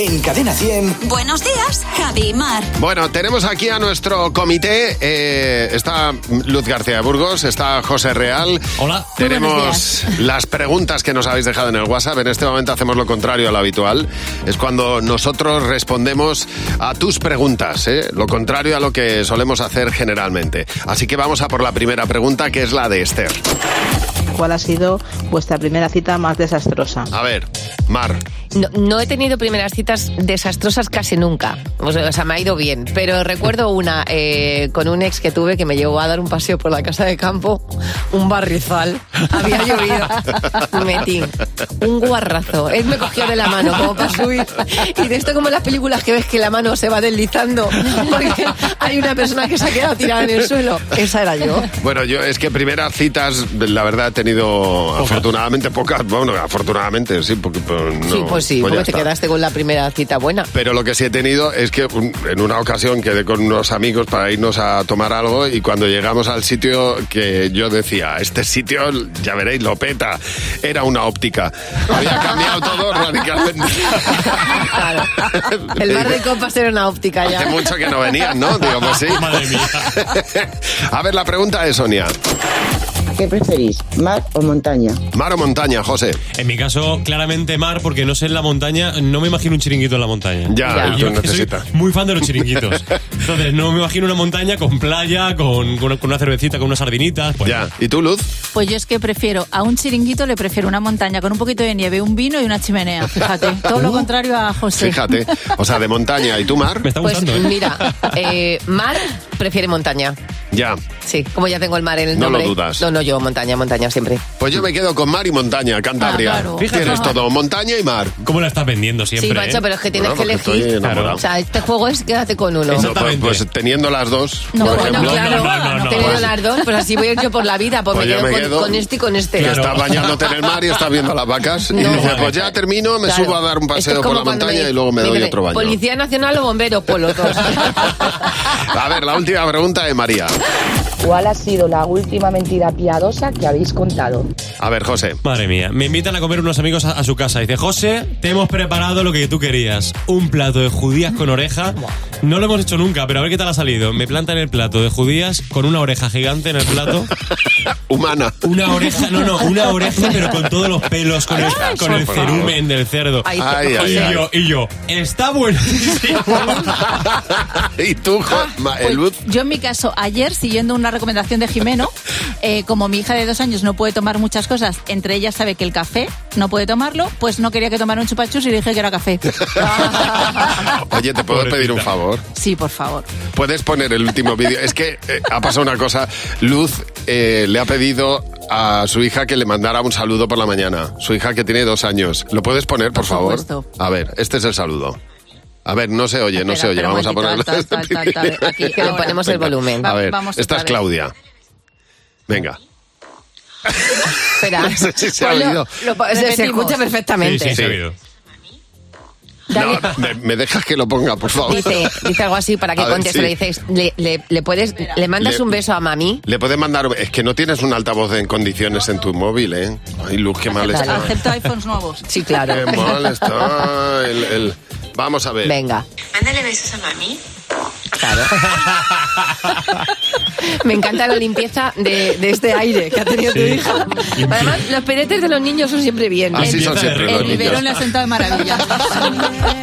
En Cadena 100. Buenos días, Javi y Mar. Bueno, tenemos aquí a nuestro comité. eh, está Luz García de Burgos, está José Real. Hola. Tenemos las preguntas que nos habéis dejado en el WhatsApp. En este momento hacemos lo contrario a lo habitual. Es cuando nosotros respondemos a tus preguntas, ¿eh? lo contrario a lo que solemos hacer generalmente. Así que vamos a por la primera pregunta, que es la de Esther. ¿Cuál ha sido vuestra primera cita más desastrosa? A ver, Mar. No, no he tenido primeras citas desastrosas casi nunca. O sea, o sea, me ha ido bien. Pero recuerdo una eh, con un ex que tuve que me llevó a dar un paseo por la casa de campo, un barrizal. Había llovido. Metí un guarrazo. Él me cogió de la mano como para subir. Y de esto como en las películas que ves que la mano se va deslizando porque hay una persona que se ha quedado tirada en el suelo. Esa era yo. Bueno, yo es que primeras citas, la verdad, he tenido afortunadamente pocas. Bueno, afortunadamente, sí, porque pues, no, sí, pues sí, pues ya porque te está. quedaste con la primera cita buena. Pero lo que sí he tenido es que un- en una ocasión quedé con unos amigos para irnos a tomar algo y cuando llegamos al sitio que yo decía, este sitio, ya veréis, lo peta, era una óptica. Había cambiado todo radicalmente. Claro. El bar de copas era una óptica ya. Hace mucho que no venían, ¿no? Digo, pues sí. Madre mía. a ver, la pregunta es, Sonia. ¿Qué preferís, mar o montaña? Mar o montaña, José. En mi caso, claramente mar, porque no sé en la montaña, no me imagino un chiringuito en la montaña. Ya, Y tú yo que soy necesitas. muy fan de los chiringuitos. Entonces, no me imagino una montaña con playa, con, con una, con una cervecita, con unas sardinitas. Ya. ¿Y tú, Luz? Pues yo es que prefiero a un chiringuito, le prefiero una montaña con un poquito de nieve, un vino y una chimenea. Fíjate, todo lo contrario a José. Uh, Fíjate. O sea, de montaña. ¿Y tú, Mar? Me está Pues ¿eh? mira, eh, mar prefiere montaña. Ya. Sí, como ya tengo el mar en el No nombre. lo dudas. No, no, yo montaña, montaña siempre. Pues yo me quedo con mar y montaña, Cantabria. Ah, claro. Tienes Fíjate. todo, montaña y mar. ¿Cómo la estás vendiendo eh? sí, macho, pero es que tienes que elegir. O sea, este juego es quédate con uno. pues, pues teniendo las dos, No, por bueno, ejemplo. claro, teniendo Pues- las dos, pues así voy a ir yo por la vida, pues, Pues me yo quedo, me con- quedo- con, este y con este. que estás bañándote en el mar y estás viendo las vacas. y No. dices, pues ya termino, me Claro. subo a dar un Esto es paseo por como la cuando montaña me- y luego me doy dicen, otro baño. Policía Nacional o bomberos, por los dos. A ver, la última pregunta de María. ¿Cuál ha sido la última mentira piadosa que habéis contado? A ver, José. Madre mía, me invitan a comer unos amigos a, a su casa. Dice, José, te hemos preparado lo que tú querías. Un plato de judías con oreja. No lo hemos hecho nunca, pero a ver qué tal ha salido. Me plantan el plato de judías con una oreja gigante en el plato. Humana. Una oreja, no, no, una oreja, pero con todos los pelos, con el, con el cerumen del cerdo. Ay, Ay, ay, y, ay. Yo, y yo, está buenísimo. y tú, Jo- Ah, Ma- el pues- Luz. Pues Yo en mi caso, ayer, siguiendo una recomendación de Jimeno, eh, como mi hija de dos años no puede tomar muchas cosas, entre ellas sabe que el café no puede tomarlo, pues no quería que tomara un chupachus y le dije que era café. Oye, ¿te puedo pedir un favor? Sí, por favor. Puedes poner el último vídeo. Es que eh, ha pasado una cosa. Luz eh, le ha pedido a su hija que le mandara un saludo por la mañana. Su hija que tiene dos años. ¿Lo puedes poner, por, favor? supuesto. A ver, este es el saludo. A ver, no se oye, no Espera, se oye. espera un Vamos a ponerlo. momentito, alto, alto, alto, alto, alto. Aquí, que le ahora. ponemos el Venga, volumen. A ver, Vamos esta otra es vez. Claudia. Venga. Espera. No sé si se ha Ponlo- oído. lo po- se- se Repetimos. escucha perfectamente. Dale. No, me, me dejas que lo ponga, por favor. Dice, dice algo así para que A ver, conteste. sí. Le dices, le, le- le puedes, le mandas Le- un beso a mami. Le puedes mandar... Es que no tienes un altavoz en condiciones en tu móvil, ¿eh? Ay, Luz, qué mal está. Acepto iPhones nuevos. Sí, claro. Qué mal está el- el- Vamos a ver. Venga. Mándale besos a mami. Claro. Me encanta la limpieza de, de este aire que ha tenido tu hija. Además, los peretes de los niños son siempre bien. Ah, Así son siempre los El biberón niños. le ha sentado de maravilla.